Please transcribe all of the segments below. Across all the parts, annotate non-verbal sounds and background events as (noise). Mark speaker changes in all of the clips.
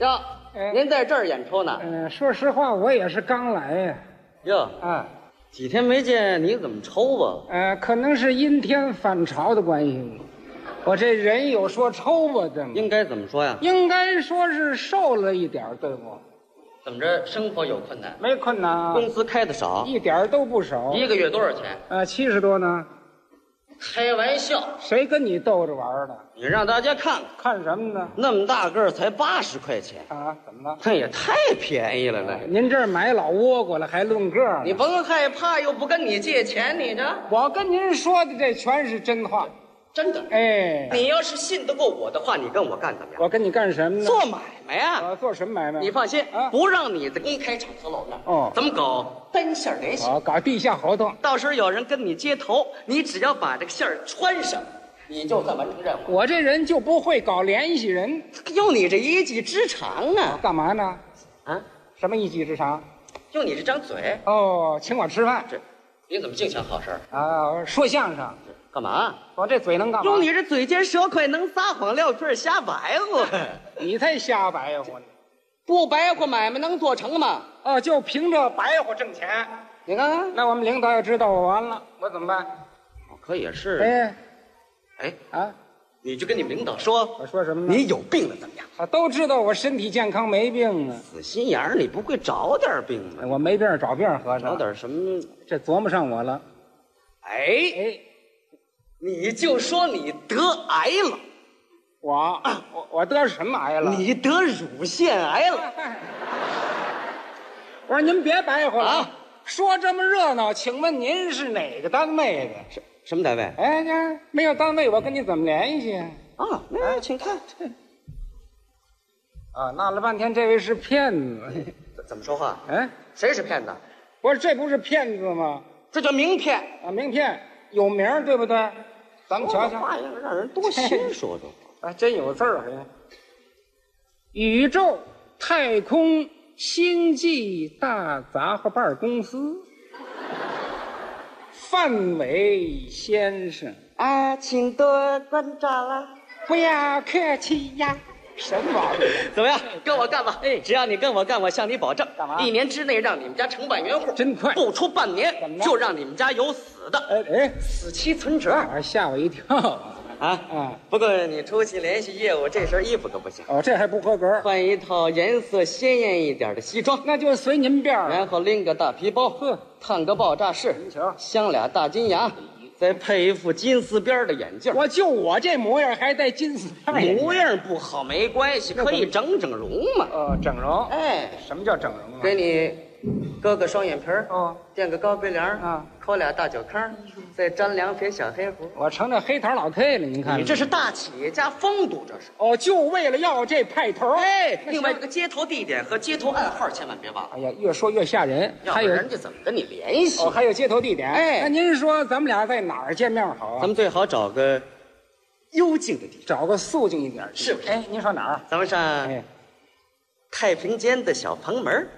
Speaker 1: 哟，
Speaker 2: 哎
Speaker 1: 您在这儿演出呢？
Speaker 2: 嗯、说实话，我也是刚来呀、
Speaker 1: 哟，
Speaker 2: 啊，
Speaker 1: 几天没见，你怎么抽吧？
Speaker 2: 呃，可能是阴天反潮的关系，我这人有说抽吧的吗？
Speaker 1: 应该怎么说呀？
Speaker 2: 应该说是瘦了一点儿，对不？
Speaker 1: 怎么着，生活有困难，
Speaker 2: 没困难啊，
Speaker 1: 工资开的少，
Speaker 2: 一点儿都不少。
Speaker 1: 嗯一个月多少钱？
Speaker 2: 呃，七十多呢，
Speaker 1: 开玩笑，
Speaker 2: 谁跟你逗着玩儿的？
Speaker 1: 你让大家看看，
Speaker 2: 看什么呢？
Speaker 1: 那么大个儿才八十块钱，
Speaker 2: 啊，怎么了？
Speaker 1: 这也太便宜了那个。
Speaker 2: 您这儿买老窝过来还论个儿呢？
Speaker 1: 你甭害怕，又不跟你借钱，你这
Speaker 2: 我跟您说的这全是真话。
Speaker 1: 真的。
Speaker 2: 哎，
Speaker 1: 你要是信得过我的话，你跟我干怎么样？
Speaker 2: 我跟你干什么呢？
Speaker 1: 做买卖呀、
Speaker 2: 我做什么买卖？
Speaker 1: 你放心，
Speaker 2: 啊
Speaker 1: 不让你的公开场合露面。
Speaker 2: 哦
Speaker 1: 咱们搞单线联系，
Speaker 2: 好搞地下活动，
Speaker 1: 到时候有人跟你接头，你只要把这个线儿穿上，你就算完成任务。
Speaker 2: 我这人就不会搞联系人，
Speaker 1: 用你这一技之长啊
Speaker 2: 干嘛呢？
Speaker 1: 啊！
Speaker 2: 什么一技之长？
Speaker 1: 用你这张嘴，
Speaker 2: 哦，请我吃饭
Speaker 1: 这你怎么净想好事儿？
Speaker 2: 啊，说相声，
Speaker 1: 干嘛？
Speaker 2: 我这嘴能干嘛？
Speaker 1: 用你这嘴尖舌快，能撒谎撂屁儿瞎白活，
Speaker 2: 你才瞎白活呢！
Speaker 1: (laughs) 不白活买卖能做成吗？
Speaker 2: 哦，就凭这白活挣钱，
Speaker 1: 你看看，
Speaker 2: 那我们领导要知道我完了，我怎么办？
Speaker 1: 哦可也是。
Speaker 2: 哎
Speaker 1: 哎，
Speaker 2: 啊，
Speaker 1: 你就跟你们领导说，
Speaker 2: 我说什么呢？
Speaker 1: 你有病了怎么样？
Speaker 2: 啊都知道我身体健康没病啊，
Speaker 1: 死心眼儿，你不会找点病吗？
Speaker 2: 我没病儿找病儿合
Speaker 1: 找
Speaker 2: 着，
Speaker 1: 点什么？
Speaker 2: 这琢磨上我了。
Speaker 1: 哎，
Speaker 2: 哎，
Speaker 1: 你就说你得癌了，
Speaker 2: 我我我得什么癌了？
Speaker 1: 你得乳腺癌了
Speaker 2: (laughs) 我说您别白活了
Speaker 1: 啊！
Speaker 2: 说这么热闹，请问您是哪个单位的？
Speaker 1: 什什么单位
Speaker 2: 哎，呀，没有单位，我跟你怎么联系啊？
Speaker 1: 啊？那请看，
Speaker 2: 啊，闹了半天，这位是骗子。
Speaker 1: 怎怎么说话？
Speaker 2: 哎，
Speaker 1: 谁是骗子？
Speaker 2: 我说这不是骗子吗？
Speaker 1: 这叫名片。
Speaker 2: 啊，名片有名儿，对不对？咱们瞧瞧，
Speaker 1: 话要让人多心说 (laughs) 说。
Speaker 2: 啊，真有字儿，还宇宙太空星际大杂货办公司，范伟先生。
Speaker 1: 啊，请多关照啊啦。
Speaker 2: 不要客气呀，什么毛病？
Speaker 1: 怎么样？跟我干吧！哎，只要你跟我干，我向你保证，
Speaker 2: 干嘛
Speaker 1: 一年之内让你们家成百元户，
Speaker 2: 真快
Speaker 1: 不出半
Speaker 2: 怎么
Speaker 1: 年
Speaker 2: 着
Speaker 1: 就让你们家有死的，
Speaker 2: 哎哎，
Speaker 1: 死期存折
Speaker 2: 啊，吓我一跳！
Speaker 1: 啊
Speaker 2: 嗯
Speaker 1: 不过你出去联系业务，这身衣服可不行，
Speaker 2: 哦，这还不合格儿，
Speaker 1: 换一套颜色鲜艳一点的西装，
Speaker 2: 那就随您便儿。
Speaker 1: 然后拎个大皮包，
Speaker 2: 呵，
Speaker 1: 烫个爆炸式，
Speaker 2: 嗯您瞧嗯
Speaker 1: 镶俩大金牙，再配一副金丝边的眼镜。
Speaker 2: 我就我这模样，还带金丝片儿
Speaker 1: 模样不好没关系，可以整整容嘛。
Speaker 2: 呃，整容？
Speaker 1: 哎，
Speaker 2: 什么叫整容啊？
Speaker 1: 给你割个双眼皮儿，
Speaker 2: 哦，
Speaker 1: 垫个高鼻梁儿
Speaker 2: 啊，
Speaker 1: 抠俩大脚坑儿，再粘两撇小黑胡。
Speaker 2: 我成那黑桃老 K 了，您看
Speaker 1: 你这是大企业家风度，这是。
Speaker 2: 嗯哦，就为了要这派头。
Speaker 1: 哎，
Speaker 2: 那
Speaker 1: 另外这
Speaker 2: 行
Speaker 1: 个接头地点和接头暗号千万别忘了，
Speaker 2: 哎呀，越说越吓人。
Speaker 1: 要
Speaker 2: 还
Speaker 1: 不
Speaker 2: 有
Speaker 1: 人家怎么跟你联系
Speaker 2: 哦，？还有接头地点。
Speaker 1: 哎
Speaker 2: 那您说咱们俩在哪儿见面好
Speaker 1: 咱
Speaker 2: 啊？
Speaker 1: 们最好找个幽静的地方，
Speaker 2: 找个肃静一点儿的，
Speaker 1: 是不是
Speaker 2: 哎，您说哪儿？
Speaker 1: 咱们上
Speaker 2: 哎，
Speaker 1: 太平间的小棚门儿，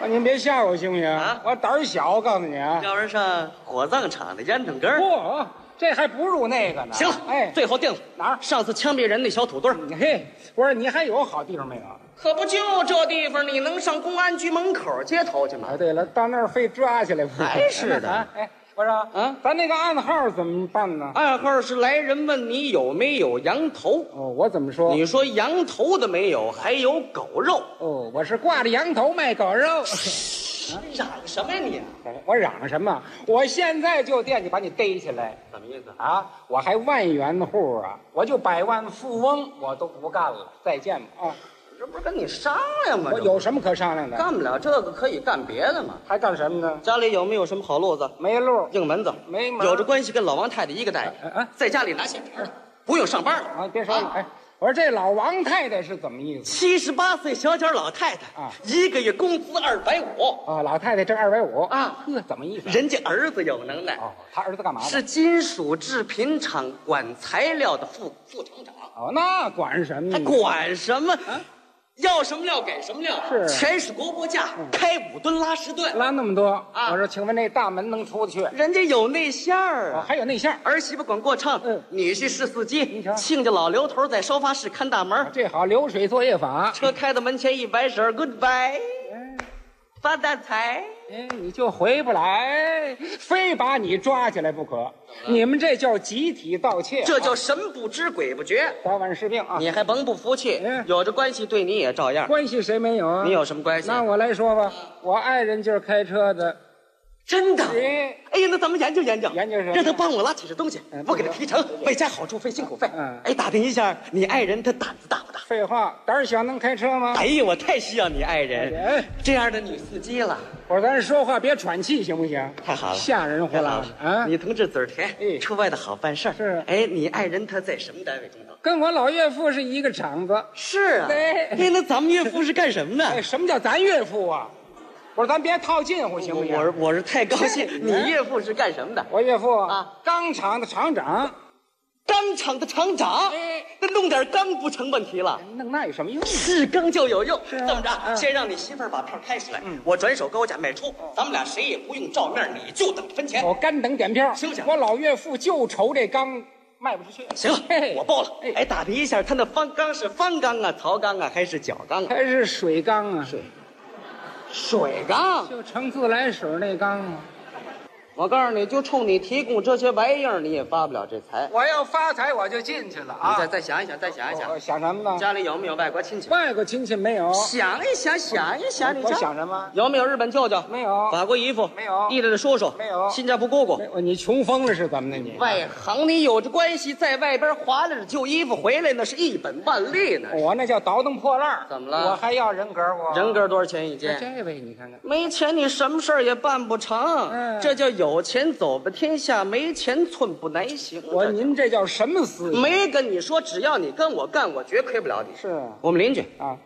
Speaker 2: 啊，您别吓我行不行？
Speaker 1: 啊
Speaker 2: 我胆儿小，我告诉你啊。
Speaker 1: 要不然上火葬场的烟囱根儿。
Speaker 2: 嚯，这还不如那个呢。
Speaker 1: 行了，
Speaker 2: 哎，
Speaker 1: 最后定了
Speaker 2: 哪儿
Speaker 1: 上次枪毙人那小土堆儿
Speaker 2: 嘿，我说你还有好地方没有？
Speaker 1: 可不就这地方，你能上公安局门口接头去吗
Speaker 2: 哎，？对了，到那儿非抓起来不可
Speaker 1: 还是的
Speaker 2: 啊哎，我说
Speaker 1: 啊
Speaker 2: 咱那个暗号怎么办呢？
Speaker 1: 暗号是来人问你有没有羊头，
Speaker 2: 哦，我怎么说？
Speaker 1: 你说羊头的没有，还有狗肉，
Speaker 2: 哦，我是挂着羊头卖狗肉。 (laughs)
Speaker 1: 嚷什么呀你？
Speaker 2: 我嚷什么？我现在就惦记把你逮起来
Speaker 1: 什么意思？
Speaker 2: 啊！我还万元户啊，我就百万富翁，我都不干了，再见吧啊！
Speaker 1: 这不是跟你商量吗？
Speaker 2: 我有什么可商量的？
Speaker 1: 干不了这个，可以干别的嘛。
Speaker 2: 还干什么呢？
Speaker 1: 家里有没有什么好路子、
Speaker 2: 没路
Speaker 1: 硬门子？
Speaker 2: 没门儿
Speaker 1: 有这关系跟老王太太一个待
Speaker 2: 哎哎
Speaker 1: 遇，在家里拿现成的，不用上班了。
Speaker 2: 啊！别说了，哎，我说这老王太太是怎么意思？
Speaker 1: 七十八岁小脚老太太
Speaker 2: 啊，
Speaker 1: 一个月工资二百五，
Speaker 2: 啊，老太太挣二百五
Speaker 1: 啊
Speaker 2: 呵，怎么意思？
Speaker 1: 人家儿子有能耐，
Speaker 2: 哦，他儿子干嘛的？
Speaker 1: 是金属制品厂管材料的副副厂长。
Speaker 2: 哦，那管什么
Speaker 1: 还
Speaker 2: 呢？
Speaker 1: 管什么？要什么料给什么料，
Speaker 2: 啊是嗯
Speaker 1: 全是锅包架，开五吨拉十吨，
Speaker 2: 拉那么多，
Speaker 1: 啊
Speaker 2: 我说，请问那大门能出得去？
Speaker 1: 人家有内线儿
Speaker 2: 哦，
Speaker 1: 啊。
Speaker 2: 还有内线儿，
Speaker 1: 儿媳妇管过秤，
Speaker 2: 嗯
Speaker 1: 女婿是司机
Speaker 2: 你瞧，
Speaker 1: 亲家老刘头在收发室看大门儿，
Speaker 2: 这好流水作业法。
Speaker 1: 车开到门前一摆手，goodbye，
Speaker 2: 哎
Speaker 1: 发大财。
Speaker 2: 哎，你就回不来，非把你抓起来不可。你们这叫集体盗窃，
Speaker 1: 啊这叫神不知鬼不觉。
Speaker 2: 早晚是病啊！
Speaker 1: 你还甭不服气
Speaker 2: 嗯，
Speaker 1: 有这关系对你也照样。
Speaker 2: 关系谁没有啊？
Speaker 1: 你有什么关系？
Speaker 2: 那我来说吧，我爱人就是开车的，
Speaker 1: 真的。
Speaker 2: 哎
Speaker 1: 哎呀，那咱们研究研究，
Speaker 2: 研究什么呀
Speaker 1: 让他帮我拉几十东西
Speaker 2: 嗯，
Speaker 1: 我给他
Speaker 2: 不
Speaker 1: 提成，外加好处费、辛苦费
Speaker 2: 嗯。
Speaker 1: 哎，打听一下，你爱人他胆子大不大？
Speaker 2: 废话，胆儿小能开车吗？
Speaker 1: 哎呀，我太需要你爱人
Speaker 2: 嗯哎，
Speaker 1: 这样的女司机了，
Speaker 2: 我说咱说话别喘气，行不行？
Speaker 1: 太好了，
Speaker 2: 吓人
Speaker 1: 太
Speaker 2: 呼
Speaker 1: 好
Speaker 2: 啦
Speaker 1: 了
Speaker 2: 的啊！
Speaker 1: 你同志嘴儿
Speaker 2: 哎
Speaker 1: 甜，出外的好办事儿
Speaker 2: 是
Speaker 1: 哎，你爱人他在什么单位工作？
Speaker 2: 跟我老岳父是一个厂子。
Speaker 1: 是啊。
Speaker 2: 对
Speaker 1: 哎，那咱们岳父是干什么的？ (laughs)
Speaker 2: 哎，什么叫咱岳父啊？我说咱别套近乎，行
Speaker 1: 我
Speaker 2: 不行？
Speaker 1: 我是我是太高兴， (laughs) 你岳父是干什么的？
Speaker 2: 我岳父
Speaker 1: 啊，
Speaker 2: 钢厂的厂长，
Speaker 1: 钢厂的厂长
Speaker 2: 哎，
Speaker 1: 那弄点钢不成问题了。
Speaker 2: 弄那有什么用？
Speaker 1: 嗯是嗯钢就有用，
Speaker 2: 是啊
Speaker 1: 这么着，
Speaker 2: 嗯
Speaker 1: 先让你媳妇儿把票开出来，我转手高价卖出，咱们俩谁也不用照面，你就等分钱。
Speaker 2: 我干等点票，
Speaker 1: 行不行
Speaker 2: 我老岳父就愁这钢卖不出去。
Speaker 1: 行了
Speaker 2: 嘿嘿，
Speaker 1: 我报了。
Speaker 2: 哎
Speaker 1: 哎，打听一下，他那方钢是方钢啊、槽钢啊，还是角钢啊？
Speaker 2: 还是水缸啊，
Speaker 1: 水钢。
Speaker 2: 就盛自来水那缸啊。
Speaker 1: 我告诉你，就冲你提供这些玩意儿，你也发不了这财。
Speaker 2: 我要发财我就进去了啊
Speaker 1: 你再再想一想，再想一想，
Speaker 2: 我想什么呢？
Speaker 1: 家里有没有外国亲戚？
Speaker 2: 外国亲戚没有，
Speaker 1: 想一想，想一想，你
Speaker 2: 我
Speaker 1: 这
Speaker 2: 想什么？
Speaker 1: 有没有日本舅舅？
Speaker 2: 没有
Speaker 1: 法国姨父？
Speaker 2: 没有
Speaker 1: 意大利叔叔？
Speaker 2: 没有
Speaker 1: 新加坡姑姑
Speaker 2: 没？有，你穷疯了是怎么的你？
Speaker 1: 外行你有这关系，在外边划拉着旧衣服回来，那是一本万利呢。
Speaker 2: 我那叫倒腾破烂儿
Speaker 1: 怎么了
Speaker 2: 我还要人格我
Speaker 1: 人格多少钱一
Speaker 2: 那
Speaker 1: 斤？
Speaker 2: 这位你看看，
Speaker 1: 没钱你什么事儿也办不成，
Speaker 2: 嗯
Speaker 1: 这叫有钱走吧天下，没钱寸步难行。
Speaker 2: 我
Speaker 1: 这
Speaker 2: 您这叫什么思想？
Speaker 1: 没跟你说，只要你跟我干，我绝亏不了你。
Speaker 2: 是啊
Speaker 1: 我们邻居
Speaker 2: 啊，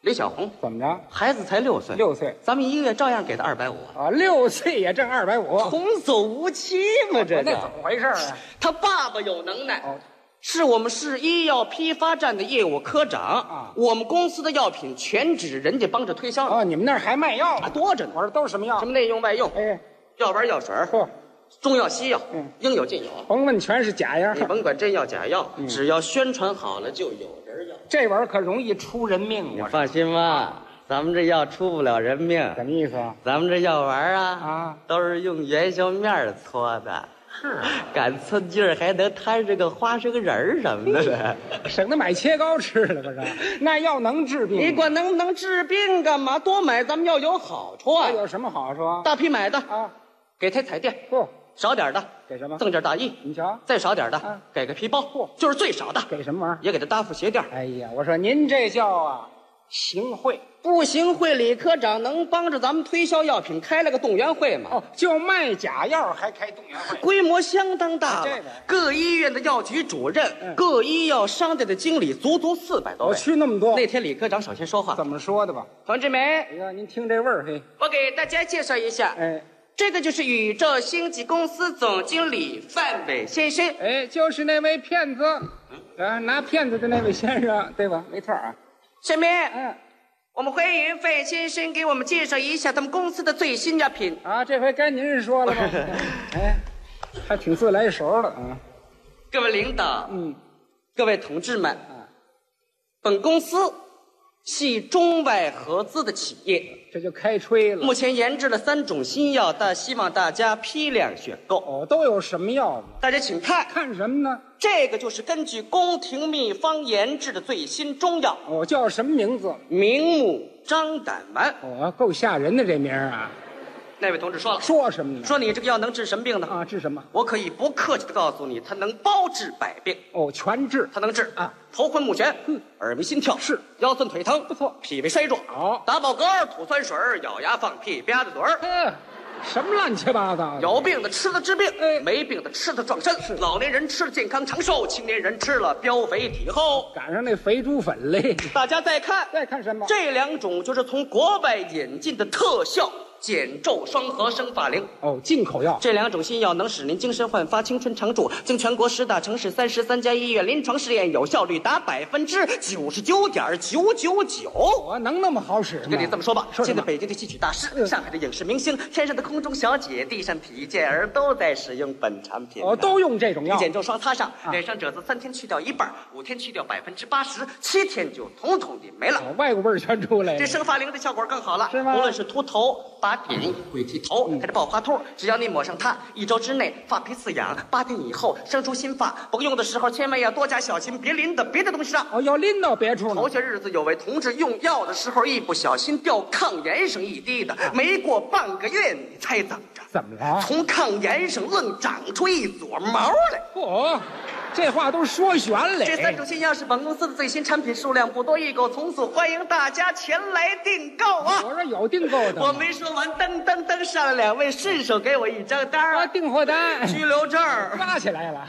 Speaker 1: 李小红，
Speaker 2: 怎么着？
Speaker 1: 孩子才六岁，
Speaker 2: 六岁
Speaker 1: 咱们一个月照样给他二百五，
Speaker 2: 啊，六岁也挣二百五，
Speaker 1: 童叟无欺嘛，这
Speaker 2: 那
Speaker 1: 叫
Speaker 2: 怎么回事儿啊？
Speaker 1: 他爸爸有能耐，
Speaker 2: 哦
Speaker 1: 是我们市医药批发站的业务科长
Speaker 2: 啊
Speaker 1: 我们公司的药品全指人家帮着推销呢，
Speaker 2: 哦，你们那儿还卖药
Speaker 1: 啊，
Speaker 2: 呢？
Speaker 1: 多着呢
Speaker 2: 我。说都什么药
Speaker 1: 什？么内用外用，
Speaker 2: 哎，
Speaker 1: 药丸药水儿，
Speaker 2: 不，
Speaker 1: 中药西药
Speaker 2: 嗯，
Speaker 1: 应有
Speaker 2: (laughs)
Speaker 1: 尽有。
Speaker 2: 甭问全是假样
Speaker 1: 你。甭管真药假药，
Speaker 2: 嗯
Speaker 1: 只要宣传好了，就有人要。
Speaker 2: 这玩意儿可容易出人命，我说
Speaker 1: 放心吧，咱们这药出不了人命。
Speaker 2: 什么意思啊？
Speaker 1: 咱们这药丸啊，
Speaker 2: 啊
Speaker 1: 都是用元宵面儿搓的，是啊 (laughs) 赶寸劲儿还能摊上个花生仁儿什么的呢。
Speaker 2: 省得买切糕吃了，不是？那药能治病吗？
Speaker 1: 你管能能治病干嘛？多买咱们要有好处啊
Speaker 2: 这！有什么好处啊？
Speaker 1: 大批买的，
Speaker 2: 啊，
Speaker 1: 给他彩电，
Speaker 2: 不
Speaker 1: 少点的
Speaker 2: 给什么？
Speaker 1: 赠件大衣，
Speaker 2: 你瞧，
Speaker 1: 再少点
Speaker 2: 嗯
Speaker 1: 的给个皮包
Speaker 2: 嚯，
Speaker 1: 就是最少的，
Speaker 2: 给什么玩意儿？
Speaker 1: 也给他搭副鞋垫儿。
Speaker 2: 哎呀，我说您这叫啊，行贿
Speaker 1: 不行，会李科长能帮着咱们推销药品，开了个动员会吗？
Speaker 2: 哦，就卖假药还开动员会，
Speaker 1: 规模相当大
Speaker 2: 这
Speaker 1: 了
Speaker 2: 个，
Speaker 1: 各医院的药局主任
Speaker 2: 嗯、
Speaker 1: 各医药商店的经理，足足四百多
Speaker 2: 我
Speaker 1: 位。
Speaker 2: 去那么多
Speaker 1: 那，天李科长首先说话
Speaker 2: 怎，么说的吧？
Speaker 1: 同志们，
Speaker 2: 哎呀，您听这味儿，嘿，
Speaker 1: 我给大家介绍一下，
Speaker 2: 哎
Speaker 1: 这个就是宇宙星际公司总经理范伟先生。
Speaker 2: 哎，就是那位骗子，
Speaker 1: 嗯
Speaker 2: 啊，拿骗子的那位先生，对吧？没错啊，
Speaker 1: 下面
Speaker 2: 嗯，
Speaker 1: 我们欢迎范先生给我们介绍一下他们公司的最新药品。
Speaker 2: 啊，这回该您
Speaker 1: (laughs)
Speaker 2: 说了吧？哎，还挺自来熟的啊，
Speaker 1: 各位领导，啊
Speaker 2: 嗯，
Speaker 1: 各位同志们
Speaker 2: 嗯，
Speaker 1: 本公司系中外合资的企业，
Speaker 2: 这就开吹了。
Speaker 1: 目前研制了三种新药，但希望大家批量选购。
Speaker 2: 哦，都有什么药呢？
Speaker 1: 大家请看，
Speaker 2: 看什么呢？
Speaker 1: 这个就是根据宫廷秘方研制的最新中药
Speaker 2: 哦，叫什么名字？
Speaker 1: 明目张胆丸。
Speaker 2: 哦，够吓人的这名儿啊！
Speaker 1: 那位同志说了，
Speaker 2: 说什么呢？
Speaker 1: 说你这个药能治什么病呢？
Speaker 2: 啊，治什么？
Speaker 1: 我可以不客气的告诉你，它能包治百病，
Speaker 2: 哦，全治。
Speaker 1: 它能治
Speaker 2: 啊嗯
Speaker 1: 头昏目眩，耳鸣心跳
Speaker 2: 是
Speaker 1: 腰酸腿疼，
Speaker 2: 不错哦
Speaker 1: 脾胃衰弱，
Speaker 2: 好
Speaker 1: 打饱嗝，吐酸水儿，咬牙放屁，吧嗒嘴儿。
Speaker 2: 嗯，什么乱七八糟的？
Speaker 1: 有病的吃了治病，
Speaker 2: 哎
Speaker 1: 没病的吃了壮身。老年人吃了健康长寿，青年人吃了膘肥体厚。
Speaker 2: 赶上那肥猪粉嘞。
Speaker 1: 大家再看，
Speaker 2: 再看什么？
Speaker 1: 这两种就是从国外引进的特效减皱双合生发灵。
Speaker 2: 哦，进口药。
Speaker 1: 这两种新药能使您精神焕发、青春常驻。经全国十大城市三十三家医院临床试验，有效率达百分之九十九点九九九。
Speaker 2: 我哦能那么好使吗？
Speaker 1: 跟你这么说吧，
Speaker 2: 是
Speaker 1: 现在
Speaker 2: 吗
Speaker 1: 北京的戏曲大
Speaker 2: 嗯
Speaker 1: 师、上海的影视明星、天上的空中小姐、地上皮健儿都在使用本产品。
Speaker 2: 哦，都用这种药。
Speaker 1: 减皱霜擦上，
Speaker 2: 啊
Speaker 1: 脸上褶子三天去掉一半，五天去掉百分之八十，七天就统统的没了。
Speaker 2: 哦外国味儿全出来了。
Speaker 1: 这生发灵的效果更好了，
Speaker 2: 是吗嗯
Speaker 1: 无论是秃头、拔顶、鬼剃头，还是爆花秃，只要你抹上它，一周之内发皮刺痒，八天以后生出新发。不用的时候千万要多加小心，别淋到别的东西上。
Speaker 2: 哦，要拎到别处呢
Speaker 1: 头。些日子，有位同志用药的时候一不小心掉炕盐上一滴的，没过半个月，你猜怎么着？
Speaker 2: 啊怎么了？哎
Speaker 1: 从炕盐上愣长出一撮毛来。
Speaker 2: 嚯、哦这话都说悬了。
Speaker 1: 这三种新药是本公司的最新产品，数量不多，易购从速，欢迎大家前来订购啊！
Speaker 2: 我说有订购的吗，
Speaker 1: 我没说完，噔噔噔，上来两位，顺手给我一张单
Speaker 2: 啊
Speaker 1: 儿，
Speaker 2: 订货单
Speaker 1: 拘留证儿。
Speaker 2: 抓起来了。